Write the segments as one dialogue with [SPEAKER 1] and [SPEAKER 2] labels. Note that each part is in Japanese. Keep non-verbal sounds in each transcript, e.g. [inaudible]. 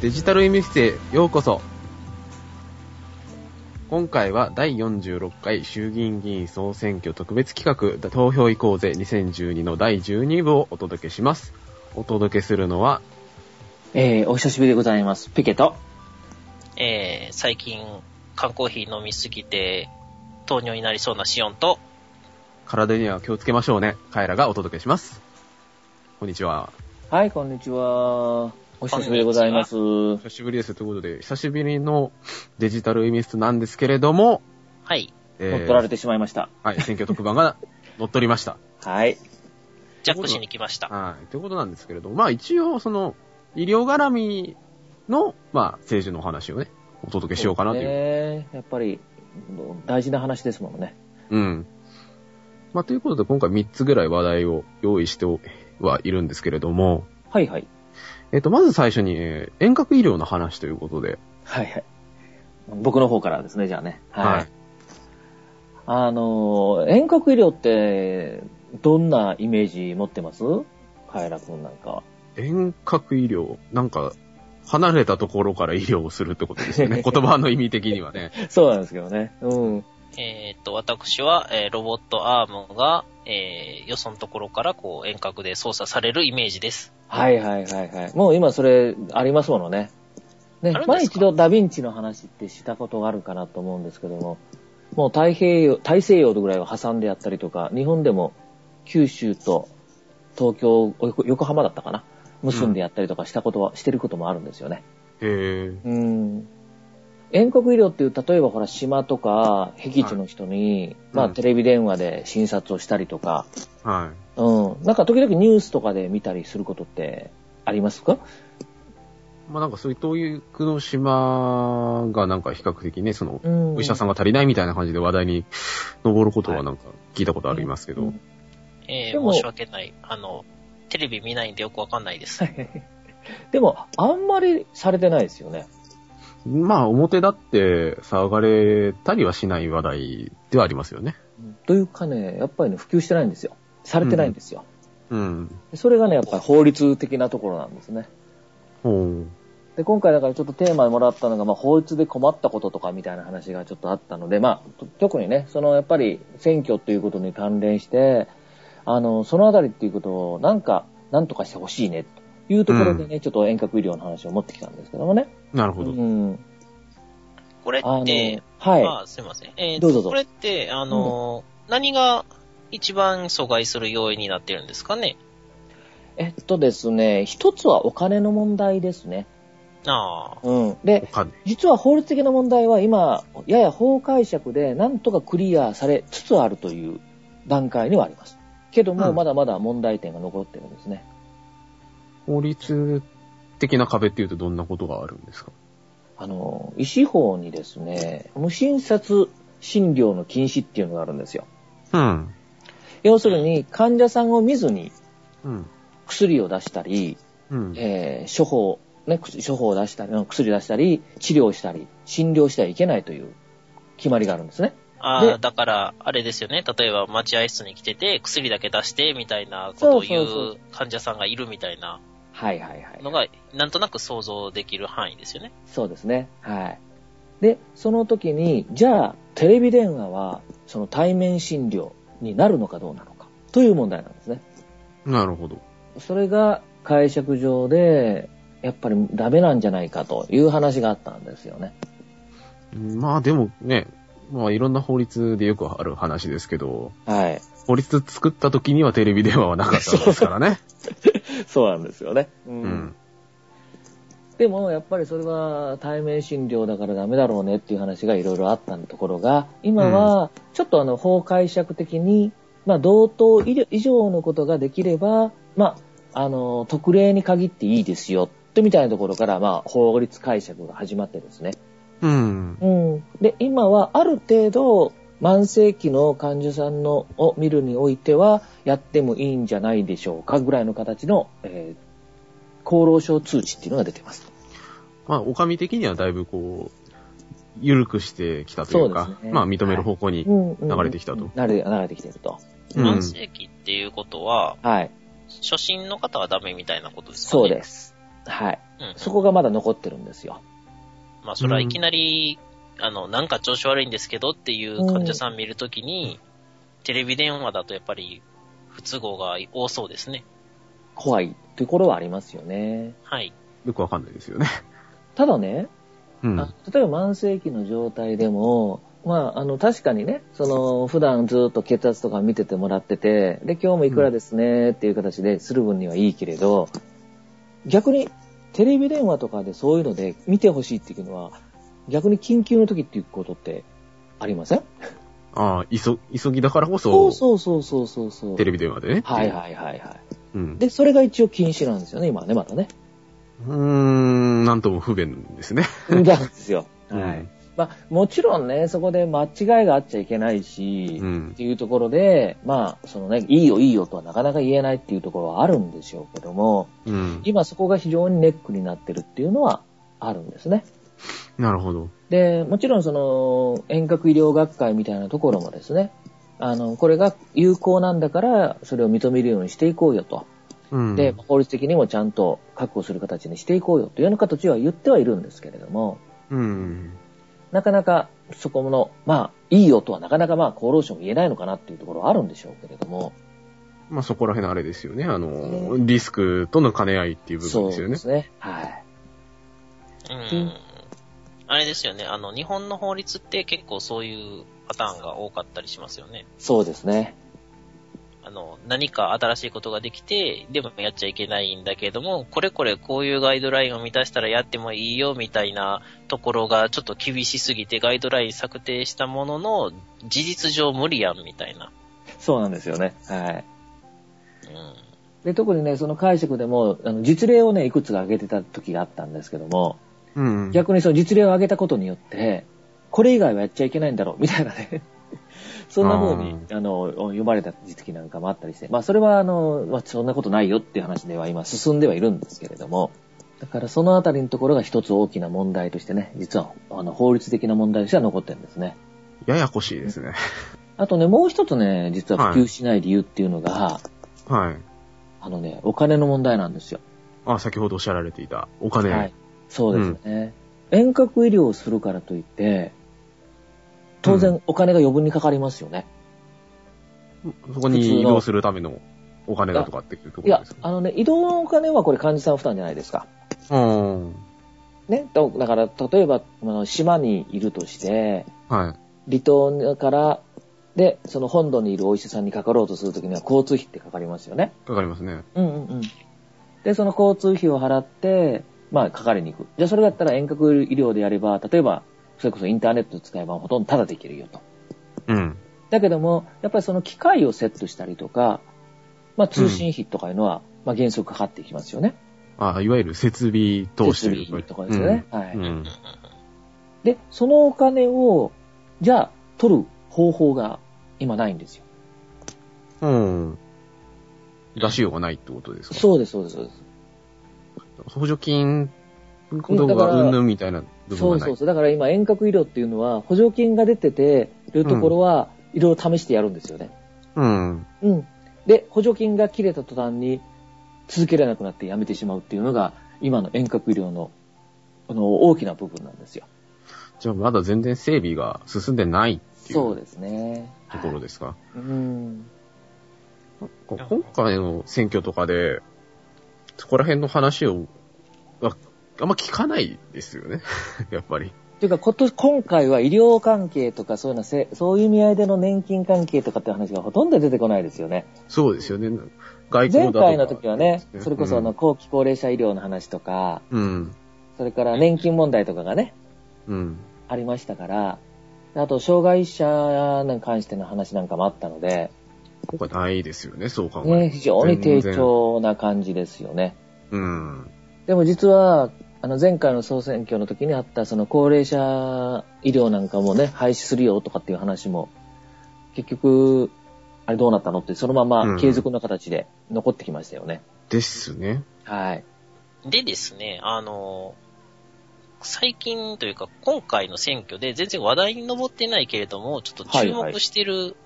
[SPEAKER 1] デジタル医務室へようこそ今回は第46回衆議院議員総選挙特別企画投票行こうぜ2012の第12部をお届けします。お届けするのは、
[SPEAKER 2] えー、お久しぶりでございます。ペケと。
[SPEAKER 3] えー、最近、缶コーヒー飲みすぎて、糖尿になりそうなシオンと、
[SPEAKER 1] 体には気をつけましょうね。カエラがお届けします。こんにちは。
[SPEAKER 2] はい、こんにちは。お久しぶりでございます。は
[SPEAKER 1] 久しぶりです。ということで、久しぶりのデジタル医務室なんですけれども、
[SPEAKER 3] はい。
[SPEAKER 1] え
[SPEAKER 2] い
[SPEAKER 1] ー
[SPEAKER 2] 乗っ取られてしまいました。
[SPEAKER 1] はい、選挙特番が乗っ取りました。
[SPEAKER 2] はい。
[SPEAKER 3] ジャックしに来ました。
[SPEAKER 1] はい。ということなんですけれども、まあ一応、その、医療絡みの、まあ政治のお話をね、お届けしようかなという。う
[SPEAKER 2] ねやっぱり、大事な話ですものね。
[SPEAKER 1] ん。まあということで今回3つぐらい話題を用意してはいるんですけれども、
[SPEAKER 2] はいはい。
[SPEAKER 1] えっと、まず最初に、えー遠隔医療の話ということで、
[SPEAKER 2] はいはい。僕の方からですね、じゃあね。
[SPEAKER 1] はい。
[SPEAKER 2] あのー、遠隔医療って、どんなイメージ持ってますカエラくんなんかは。
[SPEAKER 1] 遠隔医療、なんか、離れたところから医療をするってことですよね。言葉の意味的にはね。
[SPEAKER 2] そうなんですけどね。うん。
[SPEAKER 3] えーっと、私は、えーロボットアームが、えー、よそのところから、こう、遠隔で操作されるイメージです。
[SPEAKER 2] はいはいはいはい。もう今それありますものね。ね
[SPEAKER 3] ある、んですか
[SPEAKER 2] 前一度ダヴィンチの話ってしたことがあるかなと思うんですけども、もう太平洋、大西洋ぐらいを挟んでやったりとか、日本でも九州と東京、お横横浜だったかな結んでやったりとかしたことは、してることもあるんですよね。
[SPEAKER 1] へー。
[SPEAKER 2] うん。遠隔医療っていう、例えばほら、島とか、僻地の人に、
[SPEAKER 1] い
[SPEAKER 2] まあ、
[SPEAKER 1] うん
[SPEAKER 2] テレビ電話で診察をしたりとか、
[SPEAKER 1] はい。
[SPEAKER 2] うん。なんか時々ニュースとかで見たりすることってありますか
[SPEAKER 1] まあなんかそういう東北の島がなんか比較的ね、その、
[SPEAKER 2] うん
[SPEAKER 1] お医者さんが足りないみたいな感じで話題に上ることはなんか聞いたことありますけど。
[SPEAKER 2] うん
[SPEAKER 3] え
[SPEAKER 2] で
[SPEAKER 3] ー、
[SPEAKER 2] も
[SPEAKER 3] 申し訳ない。あの、テレビ見ないんでよくわかんないです。
[SPEAKER 2] でも、あんまりされてないですよね。
[SPEAKER 1] まあ表だって騒がれたりはしない話題ではありますよね。
[SPEAKER 2] というかね、やっぱりね、普及してないんですよ。されてないんですよ。
[SPEAKER 1] うん。
[SPEAKER 2] それがね、やっぱり法律的なところなんですね。
[SPEAKER 1] ほう。
[SPEAKER 2] で、今回だからちょっとテーマでもらったのが、まあ、法律で困ったこととかみたいな話がちょっとあったので、まあ、と特にね、そのやっぱり選挙ということに関連して、あの、そのあたりっていうことを、なんか、なんとかしてほしいね、というところでね、ちょっと遠隔医療の話を持ってきたんですけどもね。
[SPEAKER 1] なるほ
[SPEAKER 2] う
[SPEAKER 1] ど。
[SPEAKER 2] ん。
[SPEAKER 3] これ
[SPEAKER 2] あの、
[SPEAKER 3] って、
[SPEAKER 2] はい。
[SPEAKER 3] あ、すいません。えーっ
[SPEAKER 2] どうぞどう
[SPEAKER 3] と、
[SPEAKER 2] ぞ
[SPEAKER 3] これって、あの、何が一番阻害する要因になってるんですかね
[SPEAKER 2] えっとですね、一つはお金の問題ですね。
[SPEAKER 3] ああ。
[SPEAKER 2] うん。
[SPEAKER 1] お
[SPEAKER 2] で、
[SPEAKER 1] 金。
[SPEAKER 2] 実は法律的な問題は今、やや法解釈でなんとかクリアされつつあるという段階にはあります。けども、
[SPEAKER 1] うん
[SPEAKER 2] まだまだ問題点が残ってるんですね。
[SPEAKER 1] 法律的な壁っていうとどんなことがあるんですか
[SPEAKER 2] あの、医師法にですね、無診察診療の禁止っていうのがあるんですよ。
[SPEAKER 1] うん。
[SPEAKER 2] 要するに、患者さんを見ずに
[SPEAKER 1] うん。
[SPEAKER 2] 薬を出したり、
[SPEAKER 1] うん。
[SPEAKER 2] えー処方、ね、薬処方を出したり、薬出したり、治療したり、診療してはいけないという決まりがあるんですね。
[SPEAKER 3] あ
[SPEAKER 2] で
[SPEAKER 3] あ、だから、あれですよね。例えば、待合室に来てて、薬だけ出して、みたいなことを言
[SPEAKER 2] そうそう
[SPEAKER 3] う患者さんがいるみたいな
[SPEAKER 2] はいはいはい。
[SPEAKER 3] のが、なんとなく想像できる範囲ですよね。
[SPEAKER 2] そうですね。はい。で、その時に、じゃあ、テレビ電話は、その対面診療になるのかどうなのか、という問題なんですね。
[SPEAKER 1] なるほど。
[SPEAKER 2] それが解釈上で、やっぱりダメなんじゃないかという話があったんですよね。
[SPEAKER 1] まあでもね、まあいろんな法律でよくある話ですけど、
[SPEAKER 2] はい。
[SPEAKER 1] 法律作った時にはテレビ電話はなかったわけですからね。
[SPEAKER 2] そうなんですよね。う
[SPEAKER 1] うんん。
[SPEAKER 2] でも、やっぱりそれは対面診療だからダメだろうねっていう話がいろいろあったところが、今は、ちょっとあの、法解釈的に、まあ、同等医療以上のことができれば、まあ、あの、特例に限っていいですよ、ってみたいなところから、まあ、法律解釈が始まってですね。
[SPEAKER 1] うん。
[SPEAKER 2] うん。で、今はある程度、慢性期の患者さんのを見るにおいては、やってもいいんじゃないでしょうか、ぐらいの形の、えー厚労省通知っていうのが出てます。
[SPEAKER 1] まあ、お上的にはだいぶこう、緩くしてきたという
[SPEAKER 2] そう
[SPEAKER 1] か
[SPEAKER 2] で、すね
[SPEAKER 1] まあ、認める方向に。
[SPEAKER 2] 流
[SPEAKER 1] 流れてきたと
[SPEAKER 2] 流れ流れてきてると。
[SPEAKER 1] うん
[SPEAKER 3] 慢性期っていうことは、
[SPEAKER 2] はい。
[SPEAKER 3] 初心の方はダメみたいなことですかね。。
[SPEAKER 2] そうですす。はい。
[SPEAKER 3] うん。
[SPEAKER 2] そこがまだ残ってるんですよ。
[SPEAKER 3] まあ、それはいきなり、あの、なんか調子悪いんですけどっていう患者さん見るときに、テレビ電話だとやっぱり不都合が多そうですね。
[SPEAKER 2] 怖いところはありますよね。
[SPEAKER 3] はい。
[SPEAKER 1] よくわかんないですよね。
[SPEAKER 2] ただね、
[SPEAKER 1] うん。
[SPEAKER 2] あ例えば慢性期の状態でも、まあ、あの、確かにね、その、普段ずっと血圧とか見ててもらってて、で、今日もいくらですねっていう形でする分にはいいけれど、逆に、テレビ電話とかでそういうので見てほしいっていうのは、逆に緊急の時っていうことってありません
[SPEAKER 1] ああ、急、急ぎだからこ
[SPEAKER 2] そう
[SPEAKER 1] そ、
[SPEAKER 2] そうそうそうそうそう。
[SPEAKER 1] テレビ電話でね。
[SPEAKER 2] はいはいはいはい。
[SPEAKER 1] うん。
[SPEAKER 2] で、それが一応禁止なんですよね、今ね、まだね。
[SPEAKER 1] うーん、なんとも不便ですね。
[SPEAKER 2] なんですよ。は
[SPEAKER 1] う
[SPEAKER 2] い
[SPEAKER 1] ん。
[SPEAKER 2] まあ、もちろんね、そこで間違いがあっちゃいけないし、
[SPEAKER 1] うん
[SPEAKER 2] っ。ていうところで、まあ、そのね、いいよいいよとはなかなか言えないっていうところはあるんでしょうけども、
[SPEAKER 1] うん。
[SPEAKER 2] 今そこが非常にネックになってるっていうのはあるんですね。
[SPEAKER 1] なるほど。
[SPEAKER 2] で、もちろんその、遠隔医療学会みたいなところもですね、あの、これが有効なんだから、それを認めるようにしていこうよと。
[SPEAKER 1] うん。
[SPEAKER 2] で、法律的にもちゃんと確保する形にしていこうよというような形は言ってはいるんですけれども、
[SPEAKER 1] うん。
[SPEAKER 2] なかなかそこの、まあ、いいよとはなかなかまあ、厚労省も言えないのかなっていうところはあるんでしょうけれども、
[SPEAKER 1] まあ、そこら辺のあれですよね。あの、リスクとの兼ね合いっていう部分ですよね。
[SPEAKER 2] そうですね。はい。
[SPEAKER 3] うん。あれですよね。あの、日本の法律って結構そういうパターンが多かったりしますよね。
[SPEAKER 2] そうですね。
[SPEAKER 3] あの、何か新しいことができて、でもやっちゃいけないんだけれども、これこれこういうガイドラインを満たしたらやってもいいよみたいなところがちょっと厳しすぎてガイドライン策定したものの、事実上無理やんみたいな。
[SPEAKER 2] そうなんですよね。はい。
[SPEAKER 3] うん。
[SPEAKER 2] で、特にね、その解釈でも、あの実例をね、いくつか挙げてた時があったんですけども、
[SPEAKER 1] うん。
[SPEAKER 2] 逆にその実例を挙げたことによって、これ以外はやっちゃいけないんだろう、 [laughs] みたいなね。そんな風に、あの、読まれた実績なんかもあったりして、まあそれはあの、まあそんなことないよっていう話では今進んではいるんですけれども、だからそのあたりのところが一つ大きな問題としてね、実はあの法律的な問題としては残ってるんですね。
[SPEAKER 1] ややこしいですね。
[SPEAKER 2] あとね、もう一つね、実は普
[SPEAKER 1] は
[SPEAKER 2] 及しない理由っていうのが、
[SPEAKER 1] はい。
[SPEAKER 2] あのね、お金の問題なんですよ。
[SPEAKER 1] あ、先ほどおっしゃられていた、お金。
[SPEAKER 2] はい。そうですよね。遠隔医療をするからといって、当
[SPEAKER 1] う
[SPEAKER 2] 然お金が余分にかかりますよね。
[SPEAKER 1] そこに移動するためのお金だとかっていうとこ
[SPEAKER 2] い
[SPEAKER 1] ろ
[SPEAKER 2] や
[SPEAKER 1] ですよ、ね。
[SPEAKER 2] あのね、移動のお金はこれ患者さん負担じゃないですか。
[SPEAKER 1] うん。
[SPEAKER 2] ね。だだから、例えば、あの島にいるとして、
[SPEAKER 1] はい。
[SPEAKER 2] 離島から、で、その本土にいるお医者さんにかかろうとするときには交通費ってかかりますよね。
[SPEAKER 1] かかりますね。
[SPEAKER 2] うんうんうん。で、その交通費を払って、まあ、かかりに行く。じゃあ、それだったら遠隔医療でやれば、例えば、それこそインターネット使えばほとんどタダでいけるよと。
[SPEAKER 1] うん。
[SPEAKER 2] だけども、やっぱりその機械をセットしたりとか、まあ、通信費とかいうのは、まあ、原則かかっていきますよね。
[SPEAKER 1] あ、いわゆる設備投資と
[SPEAKER 2] 設
[SPEAKER 1] いう
[SPEAKER 2] 備とかですよね。は
[SPEAKER 1] う
[SPEAKER 2] い。
[SPEAKER 1] ん。う
[SPEAKER 3] うん
[SPEAKER 1] ん。
[SPEAKER 2] で、そのお金を、じゃあ、取る方法が今ないんですよ。
[SPEAKER 1] うん。出しようがないってことですか
[SPEAKER 2] そうです、そうです、そうです。
[SPEAKER 1] 補助金、こと
[SPEAKER 2] だか
[SPEAKER 1] が
[SPEAKER 2] ら
[SPEAKER 1] うんぬんみたいな部
[SPEAKER 2] そ
[SPEAKER 1] 分が
[SPEAKER 2] うそ
[SPEAKER 1] な
[SPEAKER 2] う
[SPEAKER 1] い。
[SPEAKER 2] そう。だから今、遠隔医療っていうのは、補助金が出てて、るところは、いろいろ試してやるんですよね。
[SPEAKER 1] うん。
[SPEAKER 2] うん。で、補助金が切れた途端に、続けられなくなってやめてしまうっていうのが、今の遠隔医療の、あの、大きな部分なんですよ。
[SPEAKER 1] じゃあまだ全然整備が進んでないってい
[SPEAKER 2] そう
[SPEAKER 1] う
[SPEAKER 2] ですね。
[SPEAKER 1] ところですか。
[SPEAKER 2] うん。
[SPEAKER 1] なんか今回の選挙とかで、そこら辺の話を、ああんま聞かないですよね。 [laughs] やっぱり。
[SPEAKER 2] というか、今年、今回は医療関係とかそういうのせ、そういう意味合いでの年金関係とかって話がほとんど出てこないですよね。
[SPEAKER 1] そうですよね。外交だ
[SPEAKER 2] 前
[SPEAKER 1] とか。
[SPEAKER 2] 回の時はね、
[SPEAKER 1] うん
[SPEAKER 2] それこそあの、後期高齢者医療の話とか、
[SPEAKER 1] うん。
[SPEAKER 2] それから年金問題とかがね、
[SPEAKER 1] うん。
[SPEAKER 2] ありましたから、あと、障害者に関しての話なんかもあったので、
[SPEAKER 1] 今回ないですよね、そう考えると
[SPEAKER 2] ね、非常に低。
[SPEAKER 1] 全然
[SPEAKER 2] 調な感じですよね。
[SPEAKER 1] うん。
[SPEAKER 2] でも実は、あの、前回の総選挙の時にあった、その高齢者医療なんかもね、廃止するよとかっていう話も、結局、あれどうなったのって、そのま
[SPEAKER 1] う
[SPEAKER 2] ま
[SPEAKER 1] ん
[SPEAKER 2] 継続の形で残ってきましたよね。
[SPEAKER 1] ですね。
[SPEAKER 2] はい。
[SPEAKER 3] んでですね、あの、最近というか今回の選挙で全然話題に上ってないけれども、ちょっと注目してる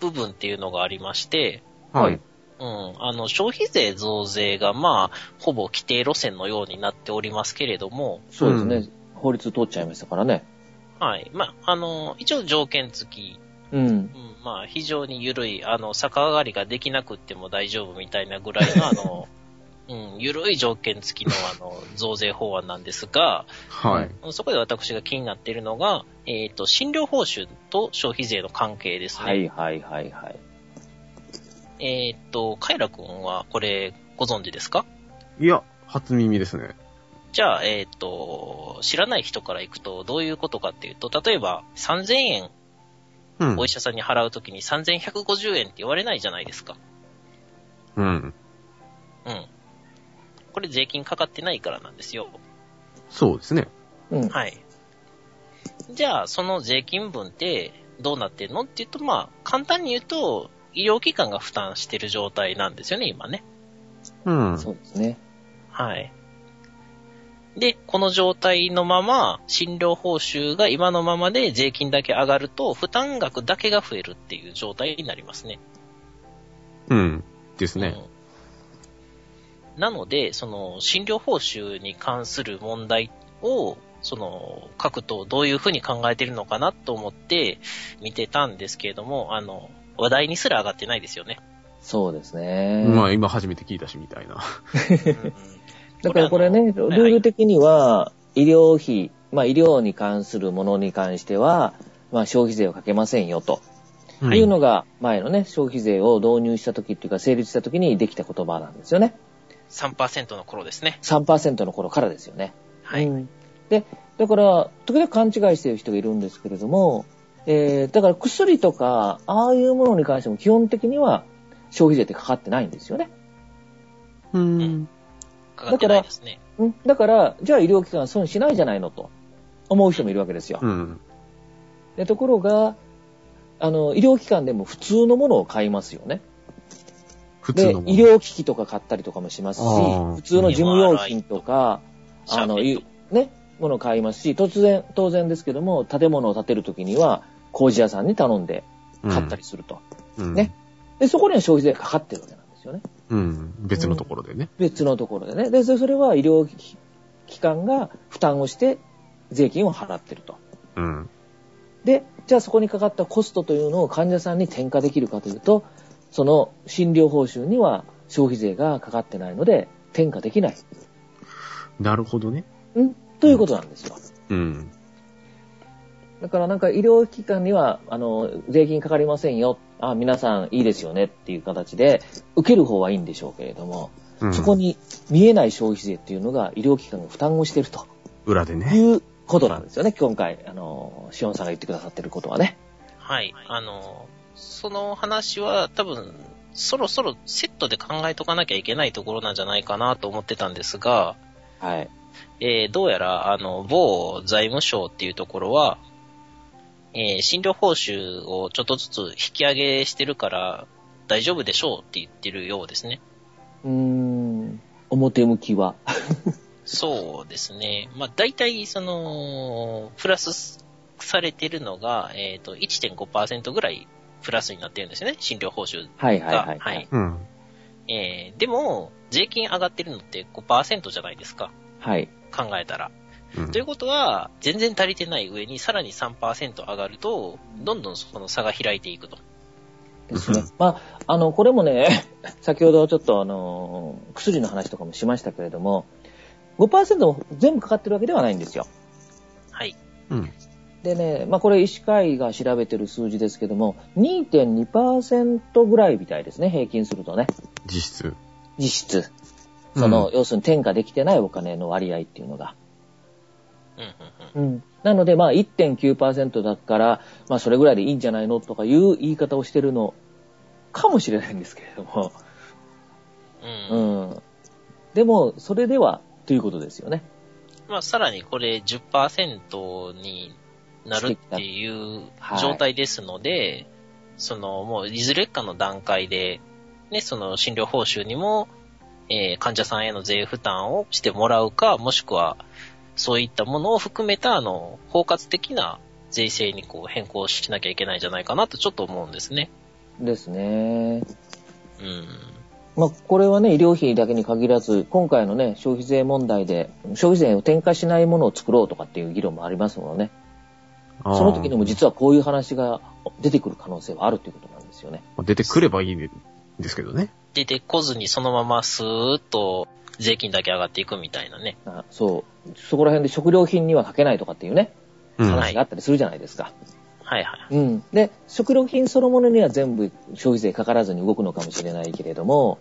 [SPEAKER 3] 部分っていうのがありまして、
[SPEAKER 1] は
[SPEAKER 2] はい
[SPEAKER 1] い。
[SPEAKER 3] うん、あの消費税増税が、まあ、ほぼ規定路線のようになっておりますけれども、
[SPEAKER 2] そうですね、
[SPEAKER 1] う
[SPEAKER 2] 法律通っちゃいましたからね。
[SPEAKER 3] はいまあ、あの一応、条件付き、
[SPEAKER 2] うん。
[SPEAKER 3] うんまあ、非常に緩いあの、逆上がりができなくっても大丈夫みたいなぐらいの、あのうん、緩い条件付きのあの増税法案なんですが、
[SPEAKER 1] はい。
[SPEAKER 3] そこで私が気になっているのが、えっと診療報酬と消費税の関係ですね。
[SPEAKER 2] はいはいはいはい。
[SPEAKER 3] えっと、カイラ君はこれ、ご存知ですか
[SPEAKER 1] いや、初耳ですね。
[SPEAKER 3] じゃあ、えっ、と、知らない人から行くと、どういうことかっていうと、例えば、3000円、
[SPEAKER 1] うん
[SPEAKER 3] お医。者さんに払うときに3150円って言われないじゃないですか。
[SPEAKER 1] うん。
[SPEAKER 3] うん。これ税金かかってないからなんですよ。
[SPEAKER 1] そうですね。
[SPEAKER 2] うん。
[SPEAKER 3] はい。じゃあ、その税金分ってどうなってんのっていうと、まあ、簡単に言うと、医療機関が負担してる状態なんですよね、今ね。
[SPEAKER 1] うん。
[SPEAKER 2] そうですね。
[SPEAKER 3] はい。で、この状態のまま、診療報酬が今のままで税金だけ上がると、負担額だけが増えるっていう状態になりますね。
[SPEAKER 1] うん。ですね。
[SPEAKER 3] うんなので、その、診療報酬に関する問題を、その、各党どういうふうに考えてるのかなと思って見てたんですけれども、あの、話題にすら上がってないですよね。
[SPEAKER 2] そうですね。
[SPEAKER 1] まあ、今初めて聞いたし、みたいな。
[SPEAKER 3] うん
[SPEAKER 2] だからこれね、ル
[SPEAKER 3] の
[SPEAKER 2] ール的には、医療費、まあ医療に関するものに関しては、まあ消費税をかけませんよと。、
[SPEAKER 1] はいいう
[SPEAKER 2] のが、前のね、消費税を導入した時っていうか、成立した時にできた言葉なんですよね。
[SPEAKER 3] 3%の頃ですね。
[SPEAKER 2] 3%の頃からですよね。
[SPEAKER 3] はい。
[SPEAKER 2] うんで、だから、時々勘違いしてる人がいるんですけれども、えー、だから薬とか、ああいうものに関しても基本的には消費税ってかかってないんですよね。
[SPEAKER 1] うん。
[SPEAKER 3] かかってないですね。
[SPEAKER 2] うん。だから、じゃあ医療機関は損しないじゃないのと思う人もいるわけですよ
[SPEAKER 1] う。ん。
[SPEAKER 2] でところが、あの、医療機関でも普通のものを買いますよね。
[SPEAKER 1] 普
[SPEAKER 2] で、
[SPEAKER 1] 通
[SPEAKER 2] 医
[SPEAKER 1] のもの。
[SPEAKER 2] 療機器とか買ったりとかもしますし
[SPEAKER 1] あー、
[SPEAKER 2] 普通の事務用品とか、
[SPEAKER 3] シャ
[SPEAKER 2] あ
[SPEAKER 3] ー
[SPEAKER 2] の、
[SPEAKER 3] ペン
[SPEAKER 2] い
[SPEAKER 3] と
[SPEAKER 2] ね、ものを買いますし、突然、当然ですけども、建物を建てるときには、工事屋さんに頼んで買ったりすると。
[SPEAKER 1] うん
[SPEAKER 2] ね。で、そこには消費税がかかってるわけなんですよね。
[SPEAKER 1] うん。別のところでね。
[SPEAKER 2] 別のところでね。で、そそれは医療機機関が負担をして、税金を払ってると。
[SPEAKER 1] うん。
[SPEAKER 2] で、じゃあそこにかかったコストというのを患者さんに転嫁できるかというと、その診療報酬には消費税がかかってないので、転嫁できない。
[SPEAKER 1] なるほどね。
[SPEAKER 2] んということなんですよ。
[SPEAKER 1] うん。
[SPEAKER 2] だからなんか医療機関には、あの、税金かかりませんよ。あ、皆さんいいですよねっていう形で、受ける方はいいんでしょうけれども、
[SPEAKER 1] うん
[SPEAKER 2] そこに見えない消費税っていうのが医療機関が負担をしていると
[SPEAKER 1] 裏でね。
[SPEAKER 2] いうことなんですよね。今回、あの、しおんさんが言ってくださってることはね。
[SPEAKER 3] はい。あの、その話は多分、そろそろセットで考えとかなきゃいけないところなんじゃないかなと思ってたんですが、
[SPEAKER 2] はい。
[SPEAKER 3] えーどうやら、あの、某財務省っていうところは、えー診療報酬をちょっとずつ引き上げしてるから大丈夫でしょうって言ってるようですね。
[SPEAKER 2] うーん、表向きは。
[SPEAKER 3] そうですね。まあ、大体、その、プラスされてるのが、えっ、と、1.5%ぐらいプラスになってるんですよね。診療報酬
[SPEAKER 2] はい
[SPEAKER 3] が。
[SPEAKER 2] はいはい。
[SPEAKER 3] はい。
[SPEAKER 1] うん。
[SPEAKER 3] えーでも、税金上がってるのって5%じゃないですか。
[SPEAKER 2] はい。
[SPEAKER 3] 考えたら。
[SPEAKER 1] うん
[SPEAKER 3] ということは、全然足りてない上に、さらに3%上がると、どんどんその差が開いていくと。
[SPEAKER 2] ですね。まあ、あの、これもね、 [laughs] 先ほどちょっとあの、薬の話とかもしましたけれども、5%も全部かかってるわけではないんですよ。
[SPEAKER 3] はい。
[SPEAKER 1] うん。
[SPEAKER 2] でね、まあこれ医師会が調べてる数字ですけども、2.2%ぐらいみたいですね、平均するとね。
[SPEAKER 1] 実質。
[SPEAKER 2] 実質。その、
[SPEAKER 1] うん
[SPEAKER 2] 要するに転嫁できてないお金の割合っていうのが。
[SPEAKER 3] うんう
[SPEAKER 2] う
[SPEAKER 3] ん
[SPEAKER 2] ん。なので、まあ1.9%だから、まあそれぐらいでいいんじゃないのとかいう言い方をしてるのかもしれないんですけれども。
[SPEAKER 3] うん。うん。
[SPEAKER 2] うん。でも、それでは、ということですよね。
[SPEAKER 3] まあ、さらにこれ10%になるっていう状態ですので、その、もういずれかの段階で、ね、その診療報酬にも、えー患者さんへの税負担をしてもらうか、もしくは、そういったものを含めた、あの、包括的な税制にこう変更しなきゃいけないんじゃないかなとちょっと思うんですね。
[SPEAKER 2] ですね。
[SPEAKER 3] うん。
[SPEAKER 2] まあ、これはね、医療費だけに限らず、今回のね、消費税問題で、消費税を転嫁しないものを作ろうとかっていう議論もありますものね。
[SPEAKER 1] あー
[SPEAKER 2] その時にも実はこういう話が出てくる可能性はあるということなんですよね。
[SPEAKER 1] 出てくればいいんですけどね。
[SPEAKER 3] 出てこずにそのままスーッと税金だけ上がっていくみたいなね。
[SPEAKER 2] あそう。そこら辺で食料品にはかけないとかっていうね、
[SPEAKER 1] うん。
[SPEAKER 3] はい
[SPEAKER 2] 話があったりするじゃないですか。
[SPEAKER 3] はいはい。
[SPEAKER 2] うん。で、食料品そのものには全部消費税かからずに動くのかもしれないけれども、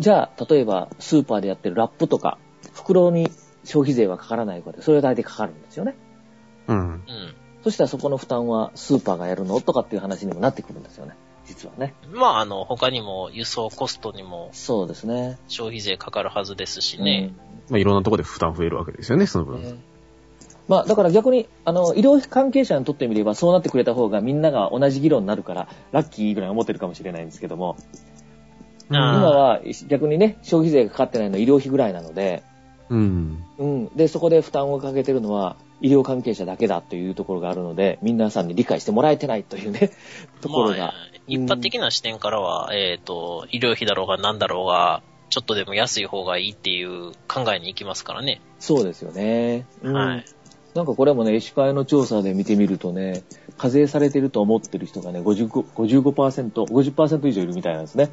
[SPEAKER 2] じゃあ、例えばスーパーでやってるラップとか、袋に消費税はかからないから、それは大体かかるんですよね。
[SPEAKER 1] うん。
[SPEAKER 3] うん。
[SPEAKER 2] そしたらそこの負担はスーパーがやるのとかっていう話にもなってくるんですよね。実はね。
[SPEAKER 3] まあ、あの、他にも輸送コストにも
[SPEAKER 2] そうですね。
[SPEAKER 3] 消費税かかるはずですしね。
[SPEAKER 1] まあ、いろんなところで負担増えるわけですよね、その
[SPEAKER 2] う
[SPEAKER 1] 分。
[SPEAKER 2] んまあ、だから逆に、あの、医療関係者にとってみれば、そうなってくれた方がみんなが同じ議論になるから、ラッキーぐらい思ってるかもしれないんですけども、
[SPEAKER 3] うん
[SPEAKER 2] 今
[SPEAKER 3] あ
[SPEAKER 2] は逆にね、消費税がかかってないのは医療費ぐらいなので、
[SPEAKER 1] うん。
[SPEAKER 2] うん。で、そこで負担をかけてるのは、医療関係者だけだというところがあるので、皆さんに理解してもらえてないというね、 [laughs] ところ
[SPEAKER 3] ま
[SPEAKER 2] が
[SPEAKER 3] あ。、一般的な視点からは、えっ、と、医療費だろうが何だろうが、ちょっとでも安い方がいいっていう考えに行きますからね。
[SPEAKER 2] そうですよね。うん
[SPEAKER 3] はい。
[SPEAKER 2] なんかこれもね、医師会の調査で見てみるとね、課税されてると思ってる人がね、55%、50%, 50以上いるみたいなんですね。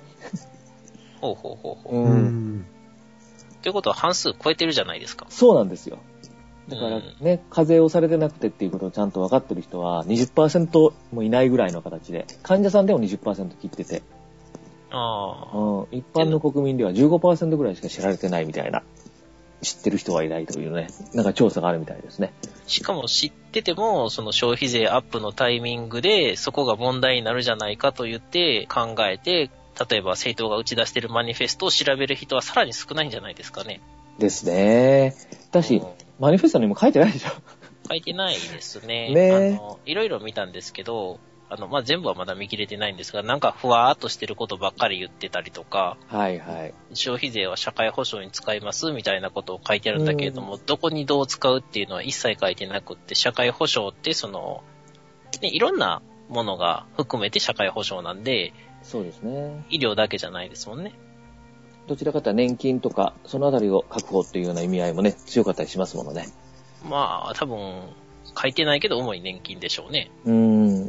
[SPEAKER 3] ほうほうほうほう。
[SPEAKER 2] うん。
[SPEAKER 1] うん。
[SPEAKER 3] ということは半数超えてるじゃないですか。
[SPEAKER 2] そうなんですよ。だか
[SPEAKER 3] う
[SPEAKER 2] ら
[SPEAKER 3] ん
[SPEAKER 2] ね、課税をされてなくてっていうことをちゃんと分かってる人は20%もいないぐらいの形で、患者さんでも20%切ってて、
[SPEAKER 3] ああ。
[SPEAKER 2] うん、一般の国民では15%ぐらいしか知られてないみたいな、知ってる人はいないというね、なんか調査があるみたいですね。
[SPEAKER 3] しかも知ってても、その消費税アップのタイミングで、そこが問題になるじゃないかと言って考えて、例えば政党が打ち出してるマニフェストを調べる人はさらに少ないんじゃないですかね。
[SPEAKER 2] ですね。だし
[SPEAKER 3] うん、
[SPEAKER 2] マニフェストにも書いてないでしょ。
[SPEAKER 3] 書いてないですね。
[SPEAKER 2] ねえ
[SPEAKER 3] あの、いろいろ見たんですけど、あの、まあ、全部はまだ見切れてないんですが、なんかふわーっとしてることばっかり言ってたりとか、
[SPEAKER 2] [laughs] はいはい。
[SPEAKER 3] 消費税は社会保障に使いますみたいなことを書いてあるんだけれども、どこにどう使うっていうのは一切書いてなくって、社会保障ってその、ね、いろんなものが含めて社会保障なんで、
[SPEAKER 2] そうですね。
[SPEAKER 3] 医療だけじゃないですもんね。
[SPEAKER 2] どちらかというと年金とか、そのあたりを確保っていうような意味合いもね、強かったりしますものね。
[SPEAKER 3] まあ、多分、書いてないけど主に年金でしょうね。
[SPEAKER 2] うー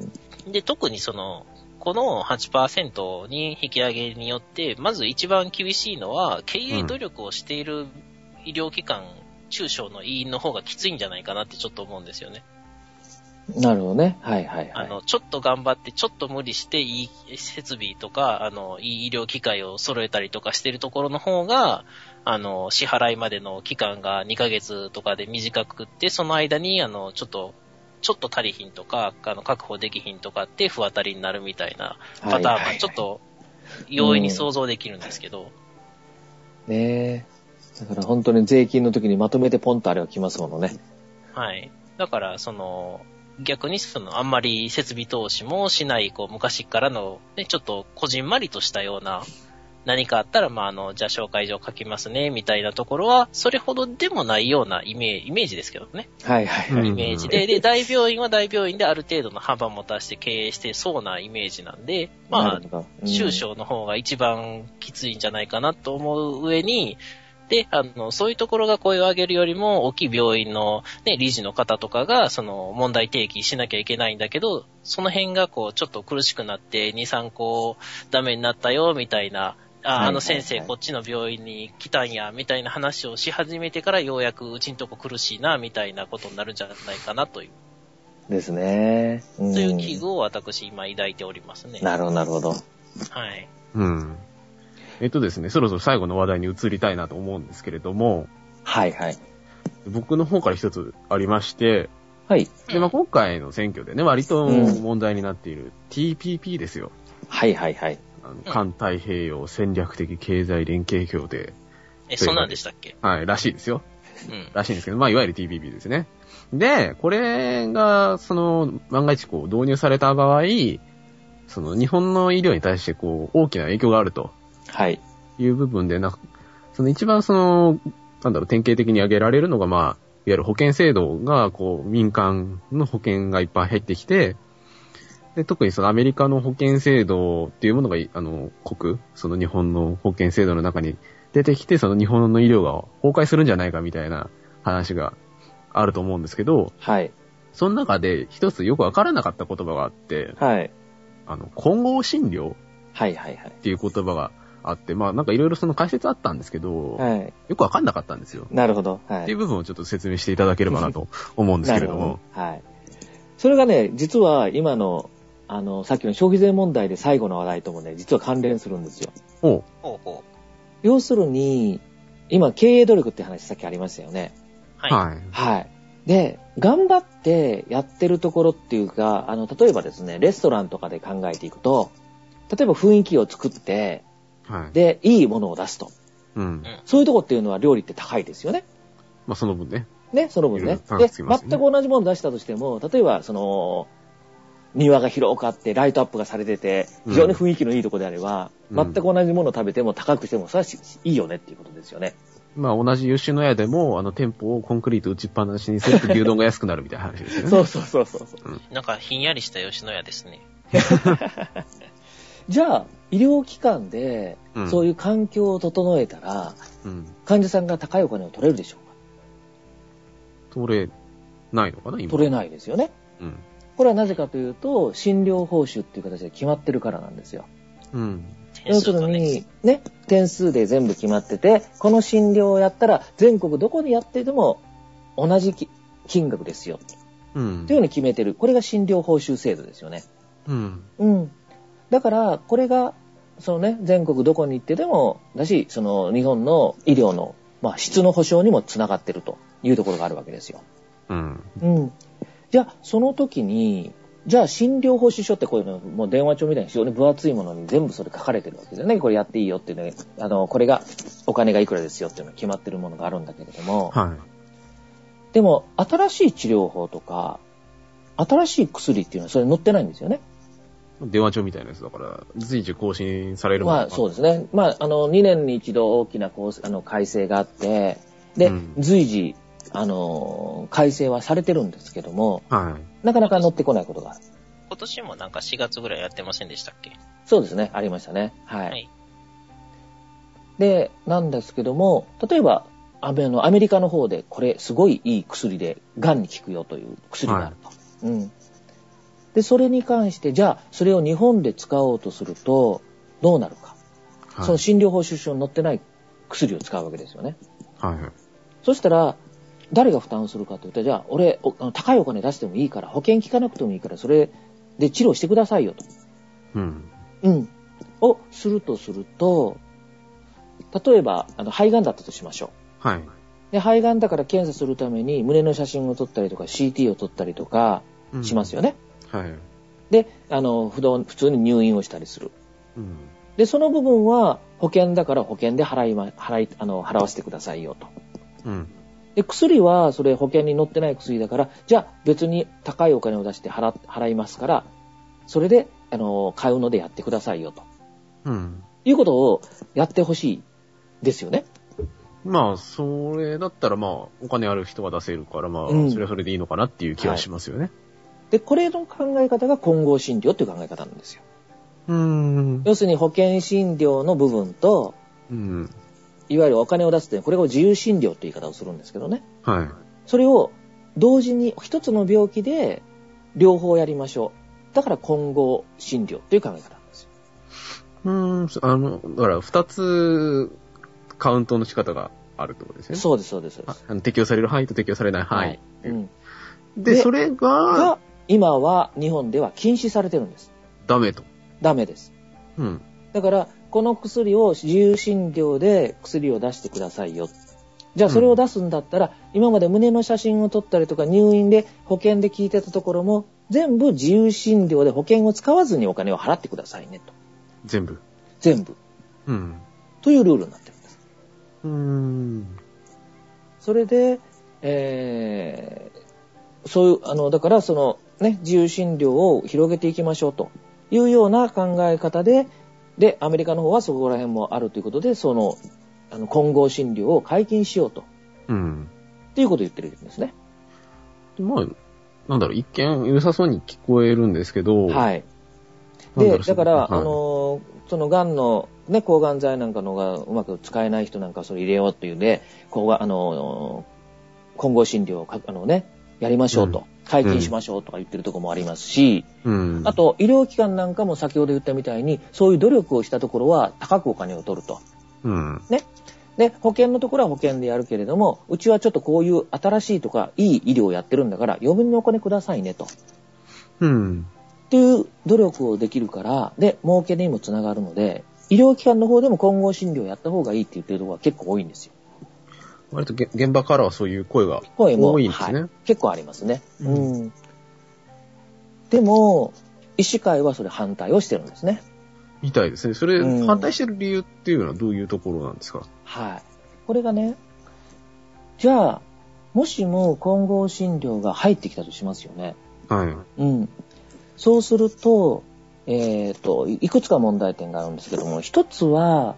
[SPEAKER 2] ん。
[SPEAKER 3] で、特にその、この8%に引き上げによって、まず一番厳しいのは、経営努力をしている医療機関、中小の委員の方がきついんじゃないかなってちょっと思うんですよね。
[SPEAKER 2] なるほどね。はいはいは
[SPEAKER 3] あ
[SPEAKER 2] い。
[SPEAKER 3] の、ちょっと頑張って、ちょっと無理して、いい設備とか、あの、いい医療機械を揃えたりとかしてるところの方が、あの、支払いまでの期間が2ヶ月とかで短くって、その間に、あの、ちょっと、ちょっと足りひんとか、あの、確保できひんとかって、不当たりになるみたいなパターン
[SPEAKER 2] はいは
[SPEAKER 3] はいちょっと容易に想像できるんですけど、
[SPEAKER 2] ねえ。だから本当に税金の時にまとめてポンとあれが来ますものね。
[SPEAKER 3] はい。だから、その、逆にその、あんまり設備投資もしない、こう、昔からの、ね、ちょっと、こじんまりとしたような、何かあったら、まあ、あの、じゃあ紹介状書きますね、みたいなところは、それほどでもないようなイメージ、イメージですけどね。
[SPEAKER 2] はいはいはい。
[SPEAKER 1] うん
[SPEAKER 3] イメージで、で、大病院は大病院である程度の幅も足して経営してそうなイメージなんで、まあ
[SPEAKER 2] な、るほど、うん
[SPEAKER 3] 中小の方が一番きついんじゃないかなと思う上に、で、あの、そういうところが声を上げるよりも、大きい病院のね、理事の方とかが、その、問題提起しなきゃいけないんだけど、その辺がこう、ちょっと苦しくなって、2、3個ダメになったよ、みたいな、
[SPEAKER 2] はいはい
[SPEAKER 3] あ、
[SPEAKER 2] はい
[SPEAKER 3] あの先生こっちの病院に来たんや、みたいな話をし始めてから、ようやくうちんとこ苦しいな、みたいなことになるんじゃないかな、という、
[SPEAKER 2] ですね。と
[SPEAKER 3] という危惧を私今抱いておりますね。
[SPEAKER 2] なるほど、なるほど。
[SPEAKER 3] はい。
[SPEAKER 1] うん。えっとですね、そろそろ最後の話題に移りたいなと思うんですけれども、
[SPEAKER 2] はいはい。
[SPEAKER 1] 僕の方から一つありまして、
[SPEAKER 2] はい。
[SPEAKER 1] で、まあ、今回の選挙でね、割と
[SPEAKER 2] うん
[SPEAKER 1] 問題になっている TPP ですよ。
[SPEAKER 2] はいはいはい。
[SPEAKER 1] あの環太平洋戦略的経済連携協定。
[SPEAKER 3] え、そんなんでしたっけ
[SPEAKER 1] はい、らしいですよ。
[SPEAKER 3] うん。
[SPEAKER 1] らしいんですけど、まあ、いわゆる TPP ですね。で、これが、その、万が一こう導入された場合、その、日本の医療に対してこう、大きな影響があると
[SPEAKER 2] はい。
[SPEAKER 1] いう部分で、なんか、その一番その、なんだろう、典型的に挙げられるのが、まあ、いわゆる保険制度が、こう、民間の保険がいっぱい入ってきて、で、特にそのアメリカの保険制度っていうものが、いあの、国、その日本の保険制度の中に出てきて、その日本の医療が崩壊するんじゃないかみたいな話があると思うんですけど、
[SPEAKER 2] はい。
[SPEAKER 1] その中で一つよくわからなかった言葉があって、
[SPEAKER 2] はい。
[SPEAKER 1] あの、混合診療
[SPEAKER 2] はいはいはい。
[SPEAKER 1] っていう言葉があって、まあなんかいろいろその解説あったんですけど、
[SPEAKER 2] はい。
[SPEAKER 1] よくわかんなかったんですよ。
[SPEAKER 2] なるほど。は
[SPEAKER 1] っ
[SPEAKER 2] い。
[SPEAKER 1] ていう部分をちょっと説明していただければなと思うんですけれども。
[SPEAKER 2] なるほどはい。それがね、実は今の、あの、さっきの消費税問題で最後の話題ともね、実は関連するんですよ。
[SPEAKER 1] おう
[SPEAKER 3] ほうほう。
[SPEAKER 2] 要するに、今、経営努力って話さっきありましたよね。
[SPEAKER 3] はい。
[SPEAKER 1] はい。
[SPEAKER 2] はい。で、頑張ってやってるところっていうか、あの、例えばですね、レストランとかで考えていくと、例えば雰囲気を作って、
[SPEAKER 1] はい。
[SPEAKER 2] で、いいものを出すと。
[SPEAKER 1] うん。
[SPEAKER 2] そういうとこっていうのは料理って高いですよね。
[SPEAKER 1] まあその分ね。
[SPEAKER 2] ね、その
[SPEAKER 1] い
[SPEAKER 2] 分
[SPEAKER 1] ろい
[SPEAKER 2] ね
[SPEAKER 1] ろ。差
[SPEAKER 2] で、
[SPEAKER 1] がつき
[SPEAKER 2] 全
[SPEAKER 1] ます
[SPEAKER 2] く
[SPEAKER 1] ね
[SPEAKER 2] 同じもの出したとしても、例えば、その、庭が広くあって、ライトアップがされてて、非常に雰囲気のいいとこであれば、
[SPEAKER 1] うん
[SPEAKER 2] 全く同じものを食べても高くしても、それはしいいよねっていうことですよね。
[SPEAKER 1] まあ同じ優秀の屋でも、あの店舗をコンクリート打ちっぱなしにすると牛丼が安くなるみたいな話ですよね。
[SPEAKER 2] そうそうそうそう。
[SPEAKER 3] なんかひんやりした吉野家ですね。
[SPEAKER 2] じゃあ、医療機関で、
[SPEAKER 1] うん
[SPEAKER 2] そういう環境を整えたら、
[SPEAKER 1] うん。
[SPEAKER 2] 患者さんが高いお金を取れるでしょうか
[SPEAKER 1] 取れないのかな今。
[SPEAKER 2] 取れないですよね。
[SPEAKER 1] うん。
[SPEAKER 2] これはなぜかというと、診療報酬っていう形で決まってるからなんですよ。
[SPEAKER 1] うん。
[SPEAKER 2] 要
[SPEAKER 3] 点数
[SPEAKER 2] する
[SPEAKER 3] とね。
[SPEAKER 2] に、ね、点数で全部決まってて、この診療をやったら、全国どこでやってても同じき金額ですよ。
[SPEAKER 1] うん
[SPEAKER 2] という。ように決めてる。これが診療報酬制度ですよね。
[SPEAKER 1] うん。
[SPEAKER 2] うん。だから、これが、そのね、全国どこに行ってでも、だし、その日本の医療の、まあ、質の保障にもつながってるというところがあるわけですよ。
[SPEAKER 1] うん。
[SPEAKER 2] うん。じゃあ、その時に、じゃあ、診療報酬書ってこういうの、もう電話帳みたいに非常に分厚いものに全部それ書かれてるわけですよね。これやっていいよっていうのがあの、これが、お金がいくらですよっていうのが決まってるものがあるんだけれども、
[SPEAKER 1] は
[SPEAKER 2] でも、新しい治療法とか、新しい薬っていうのはそれ載ってないんですよね。
[SPEAKER 1] い。電話帳みたいなやつだから、随時更新されるもの
[SPEAKER 2] まあ、そうですね。まあ、あの、2年に一度大きなこうあの改正があって、で、
[SPEAKER 1] うん
[SPEAKER 2] 随時、あの、改正はされてるんですけども、
[SPEAKER 1] はい。
[SPEAKER 2] なかなか載ってこないことがある。
[SPEAKER 3] 今年もなんか4月ぐらいやってませんでしたっけ
[SPEAKER 2] そうですね、ありましたね。はい。
[SPEAKER 3] はい
[SPEAKER 2] で、なんですけども、例えば、アメあのアメリカの方で、これ、すごいいい薬で、がんに効くよという薬があると。うん。で、それに関して、じゃあ、それを日本で使おうとすると、どうなるか。
[SPEAKER 1] はい。
[SPEAKER 2] その診療報酬書に載ってない薬を使うわけですよね。
[SPEAKER 1] はい。
[SPEAKER 2] そしたら、誰が負担するかというと、じゃあ、俺、おあの高いお金出してもいいから、保険効かなくてもいいから、それで治療してくださいよと。
[SPEAKER 1] うん。
[SPEAKER 2] うん。をするとすると、例えば、あの、肺がんだったとしましょ
[SPEAKER 1] はい。
[SPEAKER 2] う。で、肺がんだから検査するために胸の写真を撮ったりとか CT を撮ったりとか
[SPEAKER 1] うん
[SPEAKER 2] しますよ。ね。
[SPEAKER 1] はい。
[SPEAKER 2] で、あの、不動、普通に入院をしたりする。
[SPEAKER 1] うん。
[SPEAKER 2] で、その部分は保険だから保険で払いま、払い、あの、払わせてくださいよと。
[SPEAKER 1] うん。
[SPEAKER 2] で、薬はそれ保険に載ってない薬だから、じゃあ別に高いお金を出して払、払いますから、それで、あの、買うのでやってくださいよと。
[SPEAKER 1] うん。
[SPEAKER 2] いうことをやってほしいですよね。
[SPEAKER 1] まあ、それだったら、まあ、お金ある人は出せるから、まあ、
[SPEAKER 2] うん
[SPEAKER 1] それはそれでいいのかなっていう気はしますよね。
[SPEAKER 2] で、これの考え方が混合診療っていう考え方なんですよ。
[SPEAKER 1] うーん。
[SPEAKER 2] 要するに保険診療の部分と、
[SPEAKER 1] うん。
[SPEAKER 2] いわゆるお金を出すという、これを自由診療という言い方をするんですけどね。
[SPEAKER 1] はい。
[SPEAKER 2] それを同時に一つの病気で両方やりましょう。だから混合診療という考え方なんですよ。
[SPEAKER 1] うーん、あの、だから、二つ、カウントの仕方があるってことですよね。
[SPEAKER 2] そうです、そうです。そうで
[SPEAKER 1] あ
[SPEAKER 2] す
[SPEAKER 1] あの適用される範囲と適用されない範囲。
[SPEAKER 2] うん、
[SPEAKER 1] で、
[SPEAKER 2] で
[SPEAKER 1] それが
[SPEAKER 2] が、、今は日本では禁止されてるんです。
[SPEAKER 1] ダメと。
[SPEAKER 2] ダメです。
[SPEAKER 1] うん。
[SPEAKER 2] だから、この薬を自由診療で薬を出してくださいよ。じゃあそれを出すんだったら、今まで胸の写真を撮ったりとか入院で保険で聞いてたところも、全部自由診療で保険を使わずにお金を払ってくださいねと。
[SPEAKER 1] 全部。
[SPEAKER 2] 全部。
[SPEAKER 1] うん。
[SPEAKER 2] というルールになってるんです。
[SPEAKER 1] うーん。
[SPEAKER 2] それで、えー、そういう、あの、だからそのね、自由診療を広げていきましょうというような考え方で、で、アメリカの方はそこら辺もあるということで、その、あの、混合診療を解禁しようと、
[SPEAKER 1] うん。
[SPEAKER 2] ということを言ってるんですね。
[SPEAKER 1] でまあ、なんだろう、一見良さそうに聞こえるんですけど、
[SPEAKER 2] はい。
[SPEAKER 1] なん
[SPEAKER 2] で、
[SPEAKER 1] ろう
[SPEAKER 2] だから、
[SPEAKER 1] はい
[SPEAKER 2] あのー、そのがんの、ね、抗がん剤なんかのがうまく使えない人なんかそれ入れようっていうんで、抗が、あのー、混合診療をか、あのね、やりましょうと、解禁しましょうとか言ってるとこもありますし、
[SPEAKER 1] うん。
[SPEAKER 2] あと、医療機関なんかも先ほど言ったみたいに、そういう努力をしたところは高くお金を取ると。
[SPEAKER 1] うん。
[SPEAKER 2] で、保険のところは保険でやるけれども、うちはちょっとこういう新しいとか、いい医療をやってるんだから、余分にお金くださいねと。
[SPEAKER 1] うん。
[SPEAKER 2] っていう努力をできるから、で、儲けにもつながるので、医療機関の方でも混合診療やった方がいいって言ってるところが結構多いんですよ。
[SPEAKER 1] 割とげ現場からはそういう声が
[SPEAKER 2] 声も
[SPEAKER 1] 多いんですね。
[SPEAKER 2] はい、結構ありますね。う
[SPEAKER 1] うん
[SPEAKER 2] ん。でも、医師会はそれ反対をしてるんですね。
[SPEAKER 1] みたいですね。それ、
[SPEAKER 2] うん
[SPEAKER 1] 反対してる理由っていうのはどういうところなんですか
[SPEAKER 2] はい。これがね、じゃあ、もしも混合診療が入ってきたとしますよね。
[SPEAKER 1] はい。
[SPEAKER 2] うん。そうすると、えっ、と、いいくつか問題点があるんですけども、一つは、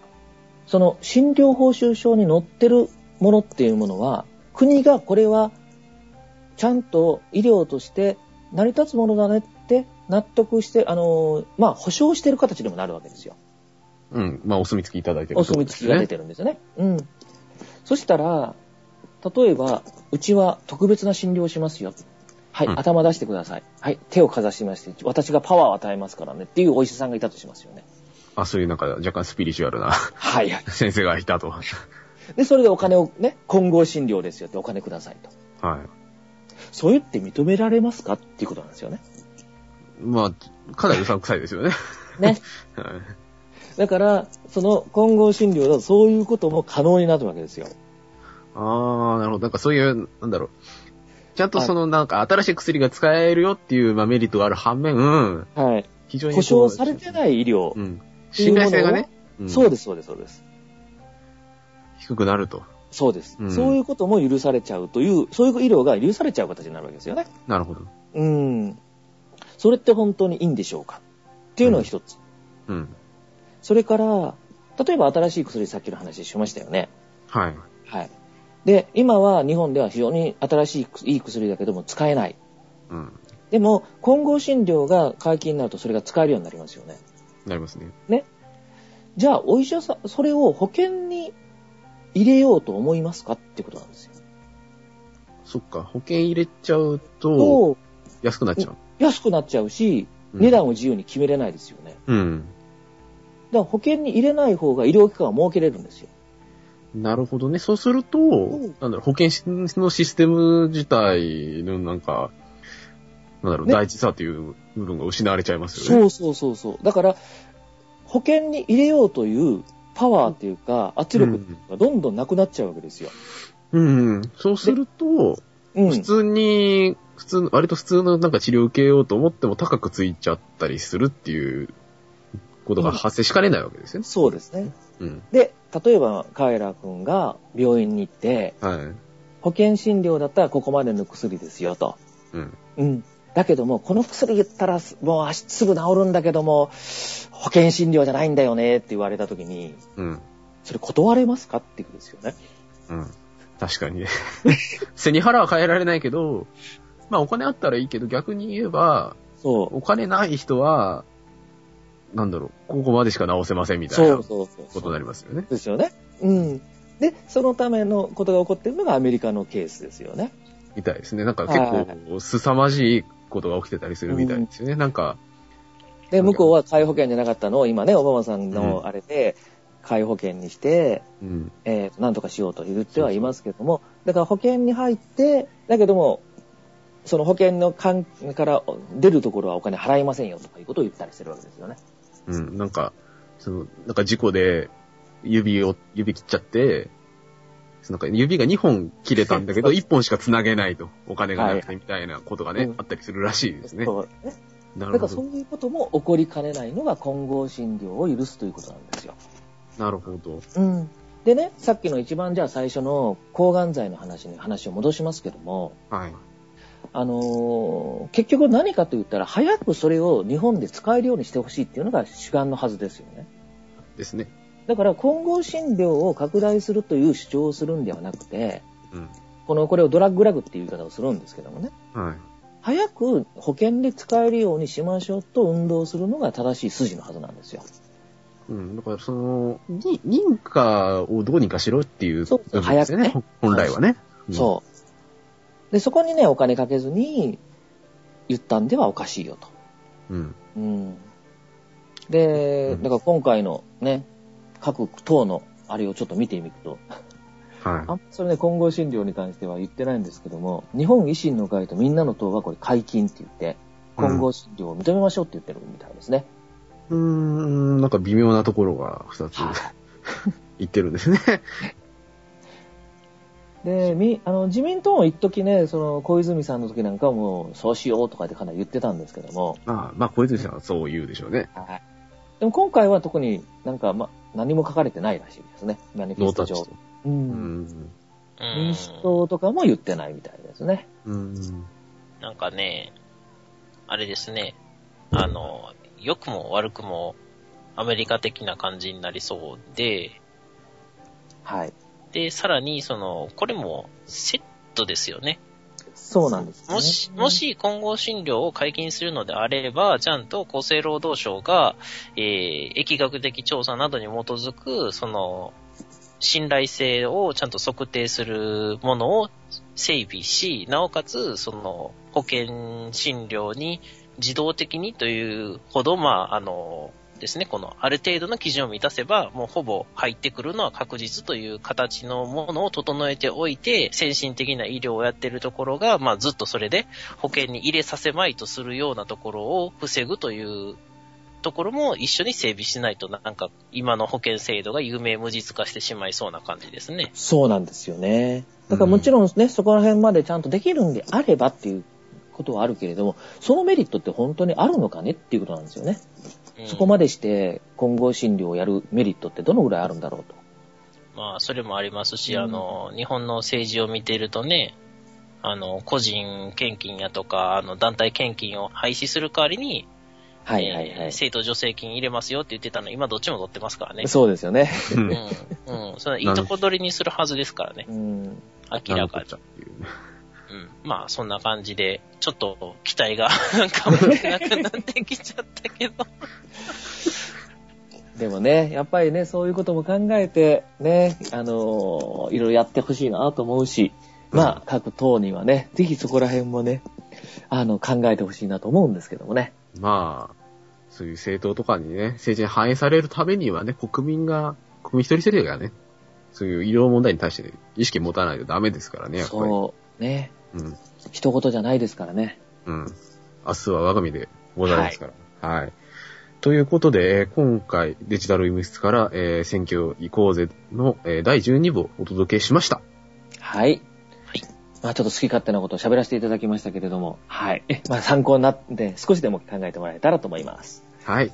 [SPEAKER 2] その診療報酬証に載ってるものっていうものは、国がこれはちゃんと医療として成り立つものだねって納得して、あのー、まあ、保証してる形でもなるわけですよ。
[SPEAKER 1] うん。まあ、お墨付きいただいてる
[SPEAKER 2] お墨付きが出
[SPEAKER 1] て
[SPEAKER 2] てるんですよね。うん。そしたら、例えば、うちは特別な診療をしますよ。はい、
[SPEAKER 1] うん
[SPEAKER 2] 頭出してください。はい、手をかざしまして、私がパワーを与えますからねっていうお医者さんがいたとしますよね。
[SPEAKER 1] あ、そういうなんか若干スピリチュアルな [laughs]
[SPEAKER 2] はいはい。
[SPEAKER 1] 先生がい
[SPEAKER 2] [laughs]
[SPEAKER 1] たと。はい。
[SPEAKER 2] で、それでお金をね、混合診療ですよってお金くださいと。そう言って認められますかっていうことなんですよね。
[SPEAKER 1] まあ、かなりうさんくさいですよね。
[SPEAKER 2] ね。
[SPEAKER 1] はい。
[SPEAKER 2] [laughs] だから、その混合診療だとそういうことも可能になるわけですよ。
[SPEAKER 1] あー、なるほど。なんかそういう、なんだろう。ちゃんとその、なんか新しい薬が使えるよっていう、まあ、メリットがある反面、うん、
[SPEAKER 2] はい。
[SPEAKER 1] 非常にこ
[SPEAKER 2] 保
[SPEAKER 1] う。
[SPEAKER 2] 証されてない医療。
[SPEAKER 1] うん。信頼性がね。
[SPEAKER 2] そう
[SPEAKER 1] で
[SPEAKER 2] です、そうです、そうです。
[SPEAKER 1] す。低くなると。
[SPEAKER 2] そうです、
[SPEAKER 1] うん
[SPEAKER 2] そういうことも許されちゃうという、そういう医療が許されちゃう形になるわけですよね。
[SPEAKER 1] なるほど。
[SPEAKER 2] うん。それって本当にいいんでしょうかっていうのが一つ。
[SPEAKER 1] うん。
[SPEAKER 2] それから、例えば新しい薬、さっきの話しましたよね。
[SPEAKER 1] はい。
[SPEAKER 2] はい。で、今は日本では非常に新しい薬いい薬だけども使えない。
[SPEAKER 1] うん。
[SPEAKER 2] でも、混合診療が解禁になるとそれが使えるようになりますよね。
[SPEAKER 1] なりますね。
[SPEAKER 2] じゃあ、お医者さん、それを保険に入れようと思いますかってことなんですよ。
[SPEAKER 1] そっか、保険入れちゃうと、
[SPEAKER 2] と、
[SPEAKER 1] 安くなっちゃう。
[SPEAKER 2] 安くなっちゃうし、
[SPEAKER 1] うん
[SPEAKER 2] 値段を自由に決めれないですよね。
[SPEAKER 1] うん。
[SPEAKER 2] だから保険に入れない方が医療機関は儲けれるんですよ。
[SPEAKER 1] なるほどね。そうすると、
[SPEAKER 2] ん
[SPEAKER 1] なんだろう、保険のシステム自体のなんか、なんだろう、
[SPEAKER 2] ね
[SPEAKER 1] 大事さという部分が失われちゃいますよね。
[SPEAKER 2] そうそうそうそう。だから、保険に入れようというパワーっていうか、圧力っていうのがどんどんなくなっちゃうわけですよ。
[SPEAKER 1] うん。そうすると、
[SPEAKER 2] うん。
[SPEAKER 1] 普通に、普通の、割と普通のなんか治療を受けようと思っても高くついちゃったりするっていうことが発生しかねないわけですよね。
[SPEAKER 2] そうですね。
[SPEAKER 1] うん。
[SPEAKER 2] で、例えば、カエラ君が病院に行って、
[SPEAKER 1] はい。
[SPEAKER 2] 保険診療だったらここまでの薬ですよと。
[SPEAKER 1] うん。
[SPEAKER 2] うん。だけども、この薬言ったらすもう明日すぐ治るんだけども、保険診療じゃないんだよねって言われた時に、
[SPEAKER 1] うん。
[SPEAKER 2] それ断れますかっていうことですよね。
[SPEAKER 1] うん。確かにね。 [laughs] 背に腹は変えられないけど、まあお金あったらいいけど逆に言えば、
[SPEAKER 2] そう。
[SPEAKER 1] お金ない人は、なんだろう、ここまでしか直せませんみたい
[SPEAKER 2] そ
[SPEAKER 1] な
[SPEAKER 2] う
[SPEAKER 1] こ
[SPEAKER 2] そうそうそう。
[SPEAKER 1] とになりますよね。
[SPEAKER 2] ですよね。うん。で、そのためのことが起こっているのがアメリカのケースですよね。
[SPEAKER 1] みたいですね。なんか
[SPEAKER 2] はい
[SPEAKER 1] 結構、凄まじいことが起きてたりするみたいですよね。なんか、
[SPEAKER 2] で、向こうは介護保険じゃなかったのを今ね、オバマさんの
[SPEAKER 1] うん
[SPEAKER 2] あれで、介護保険にして、
[SPEAKER 1] うん。
[SPEAKER 2] えー、なんとかしようと言ってはいますけども、だから保険に入って、だけども、その保険の関から出るところはお金払いませんよとかいうことを言ったりしてるわけですよね。
[SPEAKER 1] うん、なんか、その、なんか事故で、指を、指切っちゃって、そのなんか指が2本切れたんだけ
[SPEAKER 2] [laughs]
[SPEAKER 1] ど、
[SPEAKER 2] そう
[SPEAKER 1] 1本しか繋げないと、お金がなくてみたいなことがね、
[SPEAKER 2] うん
[SPEAKER 1] あったりするらしいですね。
[SPEAKER 2] そうね
[SPEAKER 1] な
[SPEAKER 2] だ
[SPEAKER 1] る
[SPEAKER 2] から
[SPEAKER 1] ほ
[SPEAKER 2] そ
[SPEAKER 1] ど
[SPEAKER 2] う。いうことも起こりかねないのが混合診療を許すということなんですよ。
[SPEAKER 1] なるほど。
[SPEAKER 2] うん。でね、さっきの一番じゃあ最初の抗がん剤の話に話を戻しますけども、
[SPEAKER 1] はい。
[SPEAKER 2] あのー結局何かと言ったら、早くそれを日本で使えるようにしてほしいっていうのが主眼のはずですよね。
[SPEAKER 1] ですね。
[SPEAKER 2] だから混合診療を拡大するという主張をするんではなくて、
[SPEAKER 1] うん。
[SPEAKER 2] この、これをドラッグラグっていう言い方をするんですけどもね。
[SPEAKER 1] はい。
[SPEAKER 2] 早く保険で使えるようにしましょうと運動するのが正しい筋のはずなんですよ。
[SPEAKER 1] うん、だからその、に認可をどうにかしろっていう
[SPEAKER 2] そうそう
[SPEAKER 1] 部分ですよね、
[SPEAKER 2] 早くね
[SPEAKER 1] 本来はね。
[SPEAKER 2] そう。で、そこにね、お金かけずに言ったんではおかしいよと。
[SPEAKER 1] うん。うん。
[SPEAKER 2] うん。で
[SPEAKER 1] う、ん
[SPEAKER 2] だから今回のね、各党のあれをちょっと見てみると、あ
[SPEAKER 1] は
[SPEAKER 2] んそれね、混合診療に関しては言ってないんですけども、日本維新の会とみんなの党はこれ解禁って言って、
[SPEAKER 1] うん
[SPEAKER 2] 混合診療を認めましょうって言ってるみたいですね。
[SPEAKER 1] い。うーん、なんか微妙なところが二つ
[SPEAKER 2] は
[SPEAKER 1] 言ってるんですね。
[SPEAKER 2] い。で、み、あの、自民党も一時ね、その、小泉さんの時なんかはもう、そうしようとかってかなり言ってたんですけども、
[SPEAKER 1] ああ、 [laughs] まあ小泉さんはそう言うでしょうね。
[SPEAKER 2] はい。でも今回は特になんか、ま、何も書かれてないらしいですね。マニフ
[SPEAKER 1] ノ
[SPEAKER 2] ェ
[SPEAKER 1] ー
[SPEAKER 2] ス
[SPEAKER 1] タ
[SPEAKER 2] ト
[SPEAKER 1] ッチ
[SPEAKER 2] 上
[SPEAKER 1] と。。
[SPEAKER 2] う。
[SPEAKER 1] うんん。
[SPEAKER 3] うん
[SPEAKER 2] 民主党とかも言ってないみたいですね。
[SPEAKER 1] うん。
[SPEAKER 3] なんかね、あれですね、あの、良くも悪くもアメリカ的な感じになりそうで、
[SPEAKER 2] はい。
[SPEAKER 3] で、さらに、その、これもセットですよね。
[SPEAKER 2] そうなんです、ね。
[SPEAKER 3] もし、も、し混合診療を解禁するのであれば、ちゃんと厚生労働省が、えー、疫学的調査などに基づく、その、信頼性をちゃんと測定するものを整備し、なおかつ、その、保険診療に自動的にというほど、まあ、あの、ですね、この、ある程度の基準を満たせば、もうほぼ入ってくるのは確実という形のものを整えておいて、先進的な医療をやっているところが、まあ、ずっとそれで保険に入れさせまいとするようなところを防ぐというところも一緒に整備しないと、なんか、今の保険制度が有名無実化してしまいそうな感じですね。
[SPEAKER 2] そうなんですよね。だからもちろんね、そこら辺までちゃんとできるんであればっていうことはあるけれども、そのメリットって本当にあるのかねっていうことなんですよね。そこま
[SPEAKER 3] で。
[SPEAKER 2] でして混合診療をやるメリットってどのぐらいあるんだろうと。
[SPEAKER 3] まあ、それもありますし、
[SPEAKER 2] うん
[SPEAKER 3] あの、日本の政治を見ているとね、あの、個人献金やとか、あの、団体献金を廃止する代わりに、
[SPEAKER 2] はいはいは
[SPEAKER 3] えー
[SPEAKER 2] い。
[SPEAKER 3] 生徒助成金入れますよって言ってたの、今どっちも取ってますからね。
[SPEAKER 2] そうですよね。
[SPEAKER 1] うん
[SPEAKER 3] うん。うん。そのいいとこ取りにするはずですからね
[SPEAKER 2] う。ん。
[SPEAKER 3] 明
[SPEAKER 1] な
[SPEAKER 3] ら
[SPEAKER 1] るほ
[SPEAKER 3] か
[SPEAKER 1] ど
[SPEAKER 3] に。
[SPEAKER 1] っていうね
[SPEAKER 3] うん。まあ、そんな感じで、ちょっと期待が、 [laughs] なんか持てなくなってきちゃったけど。
[SPEAKER 2] でもね、やっぱりね、そういうことも考えて、ね、あのーいろいろやってほしいなと思うし、まあ、各党にはね、ぜひそこら辺もね、あの、考えてほしいなと思うんですけどもね。
[SPEAKER 1] まあ、そういう政党とかにね、政治に反映されるためにはね、国民が、国民一人一人がね、そういう医療問題に対して意識持たないとダメですからね、やっぱり。
[SPEAKER 2] そう、ね、
[SPEAKER 1] うん。
[SPEAKER 2] 一言じゃないですからね。
[SPEAKER 1] うん。明日は我が身でございますから。はい。ということで、えー今回デジタル医務室から、えー選挙行こうぜの、えー第12部をお届けしました。
[SPEAKER 2] はい。まあちょっと好き勝手なことを喋らせていただきましたけれども、はい。まあ参考になって、少しでも考えてもらえたらと思います。
[SPEAKER 1] はい。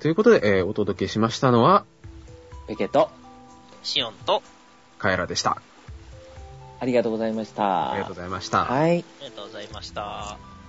[SPEAKER 1] ということで、えーお届けしましたのは、
[SPEAKER 2] ペケと、
[SPEAKER 3] シオンと、
[SPEAKER 1] カエラでした。
[SPEAKER 2] ありがとうございました。
[SPEAKER 1] ありがとうございました。
[SPEAKER 2] はい。
[SPEAKER 3] ありがとうございました。